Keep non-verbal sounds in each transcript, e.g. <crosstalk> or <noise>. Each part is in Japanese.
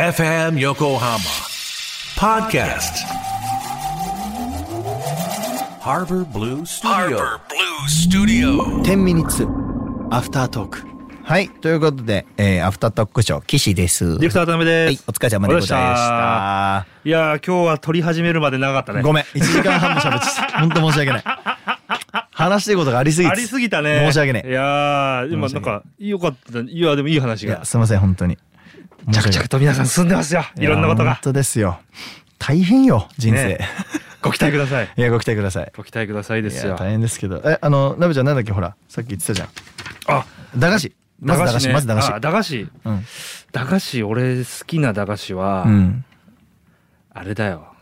FM Yokohama Podcast Harbor Blue Studio Harbor Blue Studio. 10ミニッツアフタートークはいということで、えー、アフタートークショー岸ですディレクター渡辺はでいす。お疲れ様でございましたいやー今日は撮り始めるまで長かったね。ごめん1時間半も喋って <laughs> た本当申し訳ない話してることがありすぎてありすぎたね。申し訳ねえいやー今申しなん訳かよかったいやでもいい話いやが。すいません本当に申し着訳ない々と皆さん進んでますよ。いろんなことやが本。当ですよ大変よ人生、ねご期待ください。いやご期待くださいご期待くださいでいすやよ。大変ですけどえあのナベちゃんなんだっけほらさっき言ってたじゃんあ、駄菓子まず駄菓子、ねまず駄菓子あ駄菓子。うん、駄菓子俺好きな駄菓子は、うん、あれだよ。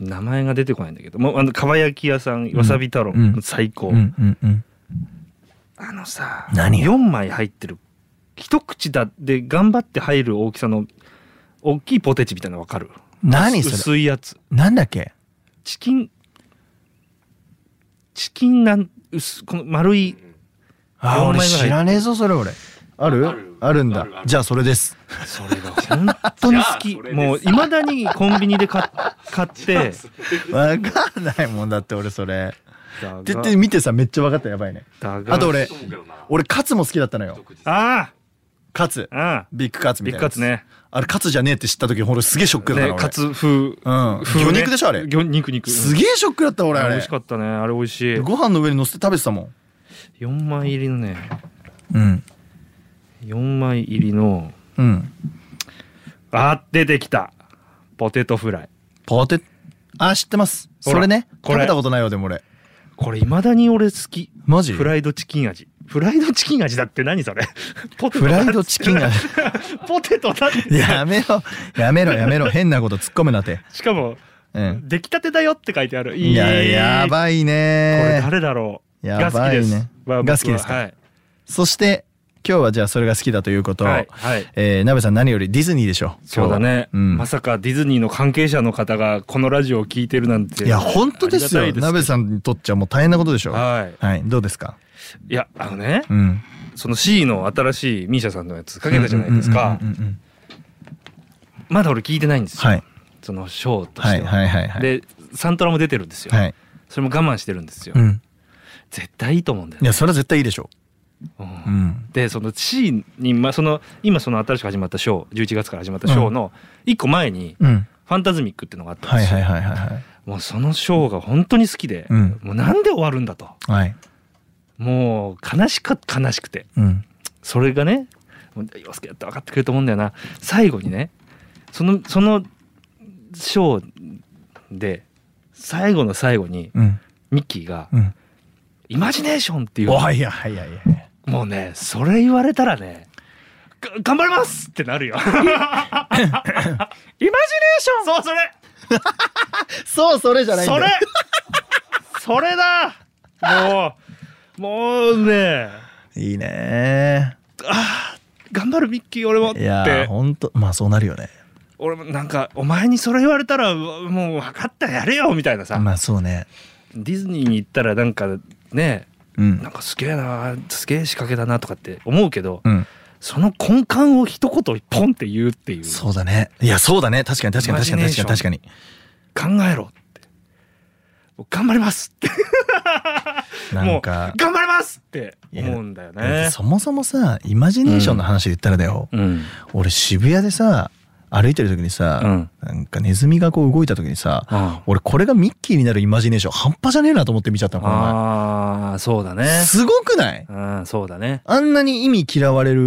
名前が出てこないんだけど、もうあの蒲焼き屋さんわさび太郎、うん最高、うんうんうんあのさ、何よ4枚入ってる。一口だで頑張って入る大きさの大きいポテチみたいなのわかる何それ薄いやつなんだっけチキンチキンなん薄この丸いあー俺4枚ぐらい知らねえぞそれ俺あるあるんだじゃあそれ <laughs> ですそれが本当に好きもういまだにコンビニで買っ買ってわかんないもんだって俺それだって言がって見てさめっちゃわかったやばいねだがあと俺俺カツも好きだったのよあカツあああビッグカツみビッたいなグカやつツねあれカツじゃねえって知った時俺すげえショックだったねのカツ風うん風ね魚肉でしょあれ魚肉肉すげえショックだった俺ああれ美れ味しかったねあれ美味しいご飯の上に乗せて食べてたも4枚入りのねんうん4枚入りのうんあ出てきたポテトフライポテあ知ってますほらそれねこ食れべたことないよでも俺これいまだに俺好きマジフライドチキン味。フライドチキン味だって何それポテ <laughs> トフライドチキンがポテトだって。やめろやめろやめろ変なこと突っ込むなってしかも、うん出来たてだよって書いてある。いや、やい。ばいこれね誰だろうやばいねが好きですまあ僕はが好きですかはい。そして、今日はじゃあそれが好きだということを、はいはいえー、なべさん何よりディズニーでしょ。そうだね、今日はうんまさかディズニーの関係者の方がこのラジオを聞いてるなんて。いや、本当ですあよ。りがたないでべさんにとっちゃもう大変なことでしょ。すはい。はい、どうですかいや、あのね、うん。その C の新しいミーシャさんのやつかけたじゃないですかう。んうんうんうんうんまだ俺聞いてないんですよ。はい。そのショーとはしいては。はいはいはい。で、サントラも出てるんですよ。はい。それも我慢してるんですよ。うん。絶対いいと思うんだよいね。や、それは絶対いいでしょうんう。うん。でその C に、ま、その今その新しく始まったショー11月から始まったショーの1個前にうん。 「ファンタズミック」っていうのがあったんはでいすよ、はいはいはいはい。もうそのショーが本当に好きで、うんもうなんで終わるんだとはい。もう悲しか悲しくてうん。それがねもう洋介だって分かってくれると思うんだよな最後にねそのそのショーで最後の最後にうん。ミッキーがうん。 「イマジネーション」っていうおいやいやいやいや。もうねそれ言われたらねが頑張りますってなる <laughs> よイマジネーションそうそれそう、それじゃないんだそよれそれだもうもうねいいね頑張るミッキー俺もっいや、てほんと、まあそうなるよね。俺もなんかお前にそれ言われたらうわもう分かったやれよみたいなさ、まあそうね。ディズニーに行ったらなんかねうんなん。かすげえなすげえ仕掛けだなとかって思うけど、うん。その根幹を一言ポンって言うっていうそうだね。いや、そうだね。確かに確かに確かに確かに確かに。考えろってもう頑張りますってなんかもう、頑張りますって思うんだよね。そもそもさ、イマジネーションの話で言ったらだよ。うん、俺渋谷でさ、歩いてる時にさ、うんなんかネズミがこう動いた時にさ、あ俺これがミッキーになるイマジネーション半端じゃねえなと思って見ちゃったの、このあーそうだね前。。すごくないうんそうだね。あんなに意味嫌われるう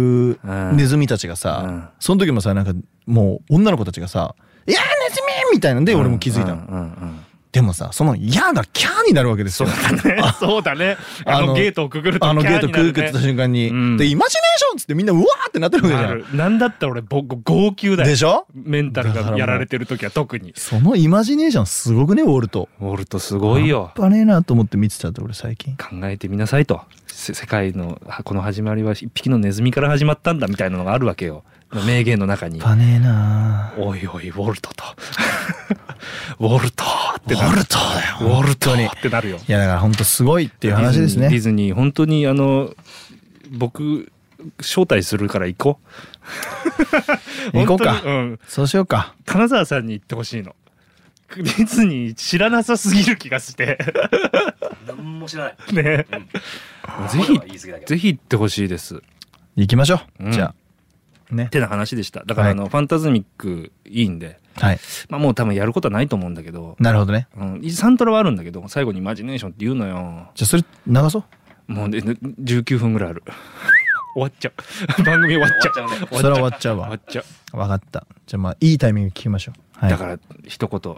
んネズミたちがうさん、その時もさ、なんかもう女の子たちがさ、いやーネズミみたいなんで俺も気づいたの。うんうんうんでもさ、その、いやーがキャーになるわけですそうよ。だね。 <laughs> そうだね。あのゲートをくぐるとあのゲートキャくにぐなっるた瞬間に、うんでイマジネーションっつってみんなうわーってなってるわけじねゃなんるなんだったら俺ぼ号泣だよ。でしょメンタルがやられてる時は特に。そのイマジネーションすごくねウォルトウォルトすごいよ。やっぱねえなと思って見てたって俺最近考えてみなさいとせ世界のはこの始まりは一匹のネズミから始まったんだみたいなのがあるわけよ名言の中にやっぱねえなおいおい、ウォルトと。ウォルトってなる。ルトだウォルトにいってなるよ。っやだからほんとすごいってていう話ですデねィズニー、本当にあの、僕招待するから行こ <laughs> う行こうか本当にん、そうしようか。金沢さんに行ってほしいのディズニー知らなさすぎる気がして何も知らない。ねぜこれひは言い過ぎだけど。ぜひ行ってほしいですっ行きましょう。うんじゃあ。ね。てな話でしただからあの、ファンタズミックいいんで、はい。まあ、もう多分やることはないと思うんだけど、なるほどね。うん、サントラはあるんだけど最後に「イマジネーション」って言うのよじゃあそれ流そう。もうね19分ぐらいある <laughs> 終わっちゃう <laughs> 番組終わっちゃう終わっちゃうねそれは終わっちゃう終わわっ。ちゃうわかった。じゃあまあいいタイミング聞きましょう。はい。だから一言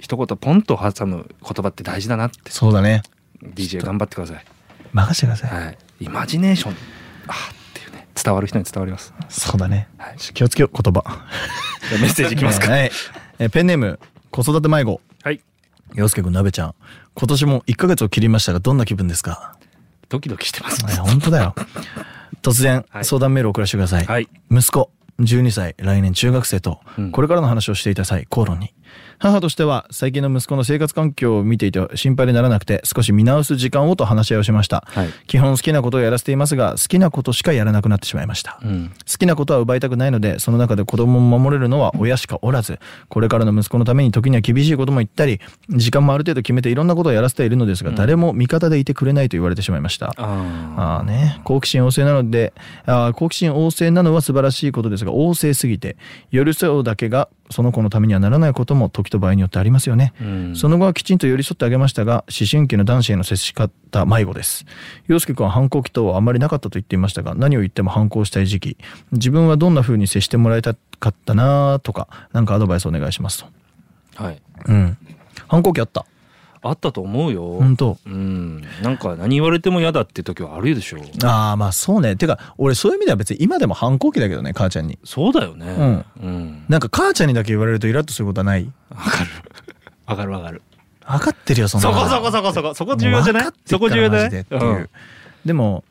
一言ポンと挟む言葉って大事だなってそうだね。 DJ 頑張ってください、任せてください。はい、イマジネーションあーっていうね伝わる人に伝わりますそうだね。はい気をつけよう言葉。じゃあメッセージいきますかはい。えーペンネーム子育て迷子。 <laughs> はい洋介くんなべちゃん。今年も1ヶ月を切りましたがどんな気分ですか。ドキドキしてますいや本当だよ。突然はい相談メールを送らせてください。はい息子12歳来年中学生とうんこれからの話をしていた際口論に母としては最近の息子の生活環境を見ていて心配にならなくて少し見直す時間をと話し合いをしました、はい基本好きなことをやらせていますが好きなことしかやらなくなってしまいました、うん好きなことは奪いたくないのでその中で子供を守れるのは親しかおらずこれからの息子のために時には厳しいことも言ったり時間もある程度決めていろんなことをやらせているのですが、誰も味方でいてくれないと言われてしまいましたあああね、好奇心旺盛なのであー好奇心旺盛なのは素晴らしいことですが旺盛すぎて寄り添うだけがその子のためにはならないことも時と場合によってありますよね、うんその後はきちんと寄り添ってあげましたが思春期の男子への接し方迷子です陽介君は反抗期等はあまりなかったと言っていましたが何を言っても反抗したい時期自分はどんな風に接してもらいたかったなとか何かアドバイスお願いしますとあはいうん反抗期あったあったと思うよ本当うんなんか何言われても嫌だって時はあるでしょああまあそうねてか俺そういう意味では別に今でも反抗期だけどね母ちゃんにそうだよねうんなんか母ちゃんにだけ言われるとイラッとすることはないわ、かるわかるわかる分かってるよそんなそのこそこそこそこそこ重要じゃないもう分かってそっかこら重要じマゃジなでいっていう、でも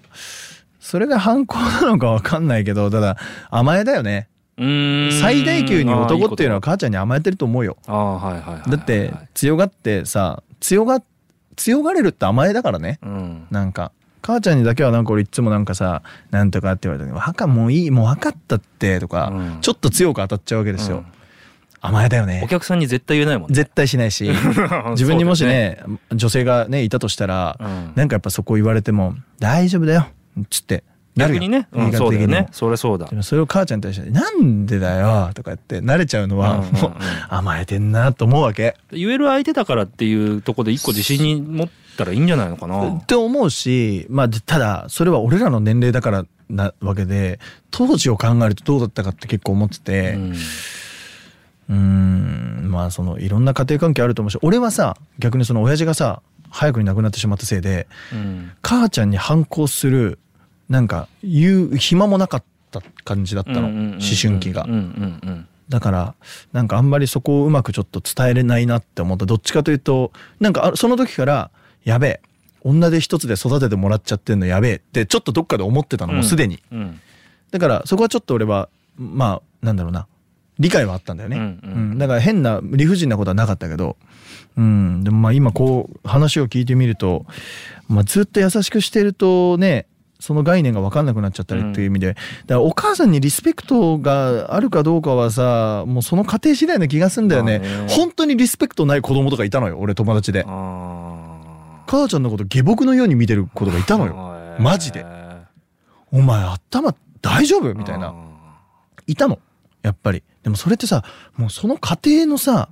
それが反抗なのか分かんないけどただ甘えだよねうん最大級に男っていうのはあ母ちゃんに甘えてると思うよーいいことあーはいはいはいはいだって強がってさ強が強がれるって甘えだからねうんなんか母ちゃんにだけはなんか俺いつもなんかさ「なんとか」って言われた時に「わかもういいもう分かったって」とか、うんちょっと強く当たっちゃうわけですよ、うん甘えだよねお客さんに絶対言えないもん <laughs> ね絶対しないし自分にもしね女性がねいたとしたら、うんなんかやっぱそこ言われても「大丈夫だよ」っつってなる逆よにね、う映ん、画そう的だによもねそれそうだでもそれを母ちゃんに対して「なんでだよ」とか言って慣れちゃうのはうんうんうんもう甘えてんなと思うわけ。言える相手だからっていうところで一個自信に持ったらいいんじゃないのかなって思うし、まあ、でただそれは俺らの年齢だからなわけで当時を考えるとどうだったかって結構思ってて。うんうーんまあそのいろんな家庭関係あると思うし俺はさ逆にその親父がさ早くに亡くなってしまったせいでうん母ちゃんに反抗するなんか言う暇もなかった感じだったの、うんうんうんうん思春期が、うんうんうんだからなんかあんまりそこをうまくちょっと伝えれないなって思ったどっちかというとなんかあその時からやべえ女で一つで育ててもらっちゃってんのやべえってちょっとどっかで思ってたの、もうすでにうんだからそこはちょっと俺はまあなんだろうな理解はあったんだよね、うんうんうんだから変な理不尽なことはなかったけど、うん、でもまあ今こう話を聞いてみると、まあ、ずっと優しくしてるとねその概念が分かんなくなっちゃったりっていう意味で、だからお母さんにリスペクトがあるかどうかはさもうその家庭次第な気がすんだよね,、まあね本当にリスペクトない子供とかいたのよ俺友達であ母ちゃんのこと下僕のように見てる子とかいたのよよマジでお前頭大丈夫みたいな。いたのやっぱりでもそれってさもうその家庭のさ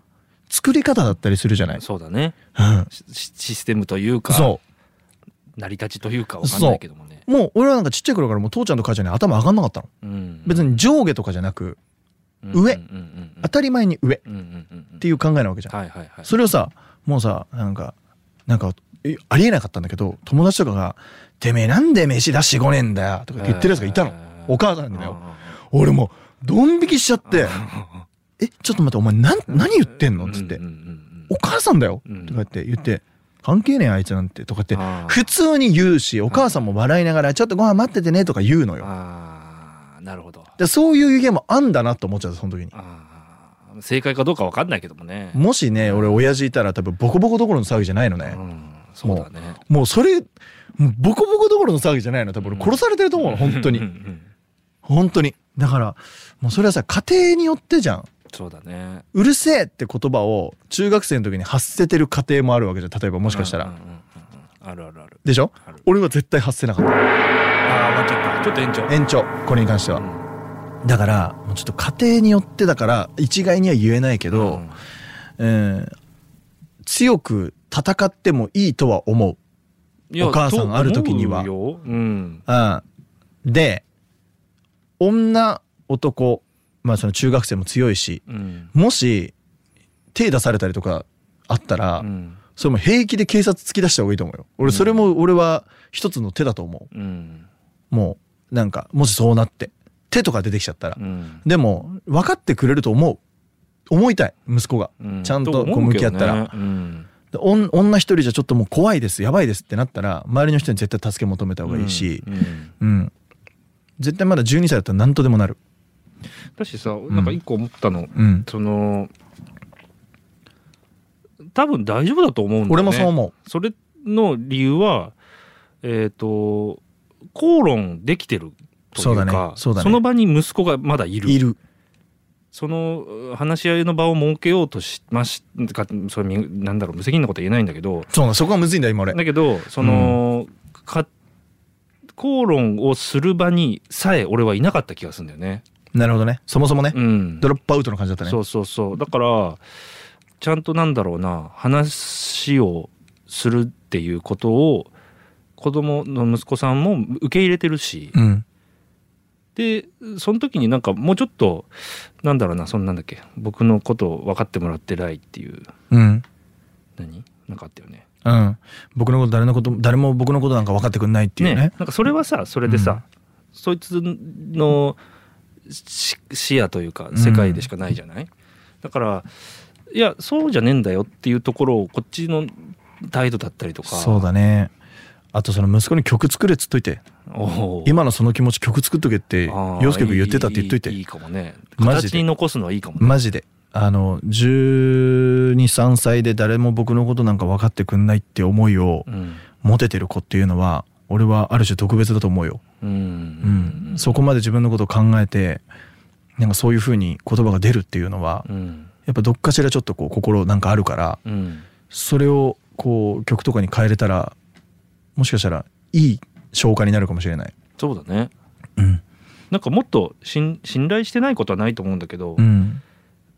作り方だったりするじゃない、そうだねうん、シシステムというかそ成り立ちというかわかんないけどもねうもう俺はなんかちっちゃい頃からもう父ちゃんと母ちゃんに頭上がんなかったのうん別に上下とかじゃなく上うんうん当たり前に上っうんうんうんうんうんていう考えなわけじゃんはいはいはいそれをさもうさなんかなんかえありえなかったんだけど友達とかが「てめえなんで飯出してこねえんだよ」とか言ってるやつがいたのへーお母さんにだよあ俺もうドン引きしちゃ <laughs> って「えちょっと待ってお前なん何言ってんの?」っつってうんうんうん「お母さんだよ」うんとかって言って「関係ねえあいつなんて」とかってあー普通に言うしお母さんも笑いながら「ちょっとご飯待っててね」とか言うのうんよ。あーなるほどでそういう意見もあんだなと思っちゃったその時に。あー正解かどうかわかんないけどもねもしね俺親父いたら多分ボコボコどころの騒ぎじゃないのねう。んそうだねもうそれもうボコボコどころの騒ぎじゃないの多分俺殺されてると思うの本当うんうにん本当にだからもうそれはさ家庭によってじゃんそうだねうるせえって言葉を中学生の時に発せてる家庭もあるわけじゃん例えばももしかしたら、あるあるあるでしょある俺は絶対発せなかっああ終わっちゃったちょっと延長た延長これに関しては、だからもうちょっと家庭によってだから一概には言えないけど、うんうん強く戦ってもいいとは思ういやお母さんある時にはと思うようんうん、で女男まあその中学生も強いしうんもし手出されたりとかあったら、うんそれも平気で警察突き出した方がいいと思うよ俺それも俺は一つの手だと思うんうもうなんかもしそうなって手とか出てきちゃったら、うんでも分かってくれると思う思いたい息子が、うんちゃんと思こう向き合ったら、けどねうんでおん女一人じゃちょっともう怖いですやばいですってなったら周りの人に絶対助け求めた方がいいしうんうんうん、絶対まだ12歳だったら何とでもなるだしさなんか一個思ったのうんその多分大丈夫だと思うんだよね俺もそう思それの理由はえっ、と口論できてるとそいううだねかそうだねの場に息子がまだいるういるそのう話し合いの場を設けようとしましかそれみなんだろう無責任なことは言えないんだけどそうなのそこがむずいんだ今俺だけどその、か口論をする場にさえ俺はいなかった気がするんだよね。なるほどねそもそもね、うん、ドロップアウトの感じだったねそうそうそうだからちゃんとなんだろうな話をするっていうことを子供の息子さんも受け入れてるしうんでその時になんかもうちょっとなんだろうなそんなんだっけ僕のことを分かってもらってないっていううん何なんかあったよね。うん僕のこと誰のこと誰も僕のことなんか分かってくんないっていうねねなんかそれはさそれでさ、そいつのし視野というかん世界でしかないじゃない、だからいやそうじゃねえんだよっていうところをこっちの態度だったりとかそうだねあとその息子に曲作れっつっといておー今のその気持ち曲作っとけってあー洋介君言ってたって言っといていいいいかもねマジで形に残すのはいいかもねマジであの123歳で誰も僕のことなんか分かってくんないって思いをうん持ててる子っていうのは俺はある種特別だと思うよ、うんうん、そこまで自分のことを考えてなんかそういうふうに言葉が出るっていうのはうんやっぱどっかしらちょっとこう心なんかあるからうんそれをこう曲とかに変えれたらもしかしたらいい消化になるかもしれない。そうだねうんなんかもっと信信頼してないことはないと思うんだけど、うん、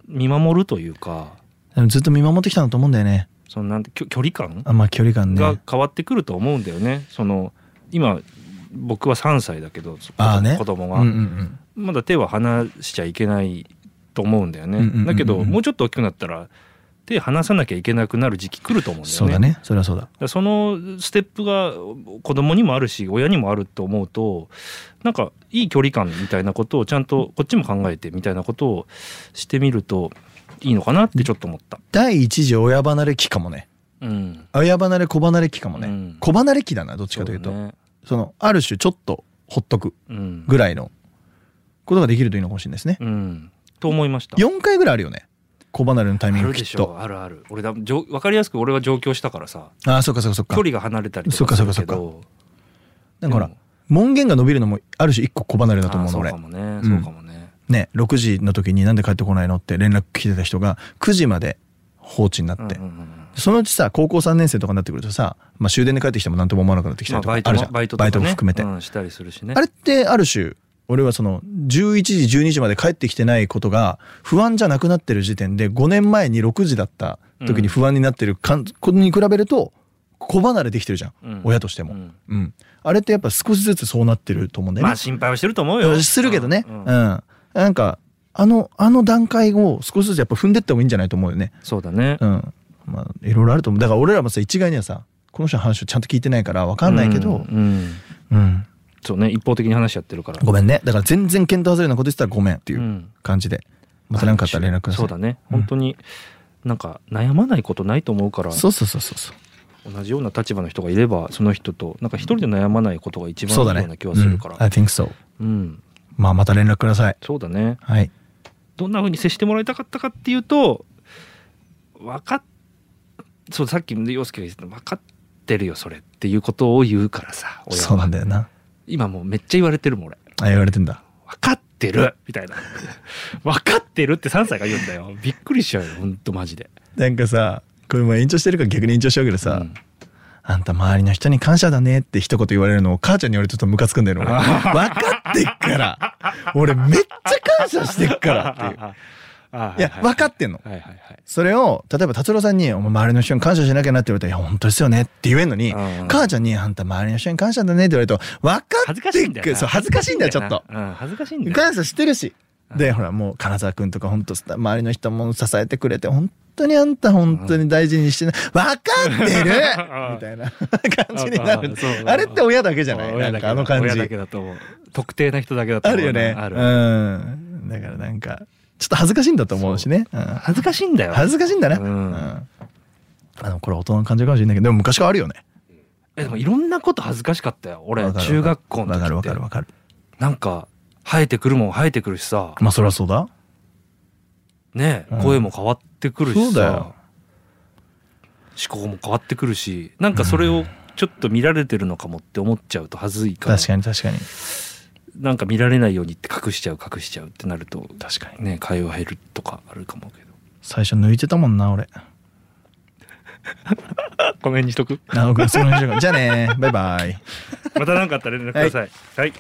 見守るというかでもずっと見守ってきたんだと思うんだよねそのなんて距距離感あんまあ距離感ね。が変わってくると思うんだよね。その今僕は3歳だけどそあーね子供うが、んうんまだ手は離しちゃいけないと思うんだよね、うんうんうんうんだけどもうちょっと大きくなったら手離さなきゃいけなくなる時期来ると思ううんん、だよね。そうだねそれはそうだ。だからそのステップが子供にもあるし親にもあると思うとなんかいい距離感みたいなことをちゃんとこっちも考えてみたいなことをしてみるといいのかなってちょっと思った。第一次親離れ期かもねうん、親離れ子離れ期かもね、うん子離れ期だなどっちかというとそそうねのある種ちょっとほっとくうんぐらいのことができるといいのかもしれないですね、うん、と思いました。 4回ぐらいあるよね子離れのタイミあンるグできっしょとあるある俺だ上分かりやすく俺は上京したからさああそっかそっかそっか距離が離れたりとかすそっるかそけっかそどなんかほらでも門限が伸びるのもある種一個子離れだとあ思ーうのそ俺うかもねうそんうかもねね6時の時になんで帰ってこないのって連絡来てた人が9時まで放置になって、うんうんうんそのうちさ高校3年生とかになってくるとさ、まあ、終電で帰ってきても何とも思わなくなってきたまありとかバあイるじゃん、トもバイトとかねも含めて、うんしたりするしねあれってある種俺はその11時12時まで帰ってきてないことが不安じゃなくなってる時点で5年前に6時だった時に不安になってるかんことに比べると子離れできてるじゃん、うん親としても、ううんんあれってやっぱ少しずつそうなってると思うんだよまねあ、心配はしてると思うよするけどね、ううんうんんなんかあのあの段階を少しずつやっぱ踏んでった方がいいんじゃないと思うよねそうだねうんまあいろいろあると思うだから俺らもさ一概にはさこの人の話をちゃんと聞いてないから分かんないけうんど、うんうん、そうね一方的に話しちゃってるからごめんねだから全然検討外れなこと言ってたらごめんっていううん感じで、また何かあったら連絡くださそいうだね本当になんか悩まないことないと思うからそうそうそうそうそう同じような立場の人がいればその人となんか一人で悩まないことが一番いそうだいよねうな気はするかうんら I think so うんまあまた連絡くださいそうだねはいどんな風に接してもらいたかったかっていうと分かっそうさっき洋介が言ってた分かっってるよそれっていうことを言うからさ親そうなはんだよな今もうめっちゃ言われてるもん俺あ言われてんだ分かってるみたいな <laughs> 分かってるって3歳が言うんだよびっくりしちゃうよほんとマジでなんかさこれもう延長してるから逆に延長しちゃうけどさ、うんあんた周りの人に感謝だねって一言言われるのを母ちゃんに言われてちょっとムカつくんだよ <laughs> ね俺分かってっから俺めっちゃ感謝してっからっていうあああいやはは分かってんのはいはいはいそれを例えば達郎さんに「お前周りの人に感謝しなきゃな」って言われたら「いや本当ですよね」って言えんのにうん母ちゃんに「あんた周りの人に感謝だね」って言われると「分か恥ずっかしていっんだからよなそう恥ずかしいんだよちょっと。うん恥ずかしいんだよ感謝してるしでほらもう金沢くんとか本当周りの人も支えてくれて本当にあんた本当に大事にしてない分かってるみたいな <laughs> 感じになあるあそうそうあれって親だけじゃないな親んだけかあの感親じだけだと思う特定な人だけだとあ思うるよねあるうんだからなんかちょっと恥ずかしいんだと思うしねうん恥ずかしいんだよ恥ずかしいんだなううんんあのこれ大人の感じかもしれないけどでも昔からあるよねえでもいろんなこと恥ずかしかったよ俺わかるわかる中学校のわかる時っわてかるわかるなんか生えてくるもん生えてくるしさまあそりゃそうだねうん声も変わってくるしさ、そうだよ思考も変わってくるしなんかそれをちょっと見られてるのかもって思っちゃうと恥ずいから確かに確かになんか見られないようにって隠しちゃう隠しちゃうってなると確かにね会話減るとかあるかもけ <laughs> ど最初抜いてたもんな俺この辺にしとくあのその辺じゃあねバイバイまた何かあったら連絡ください、はい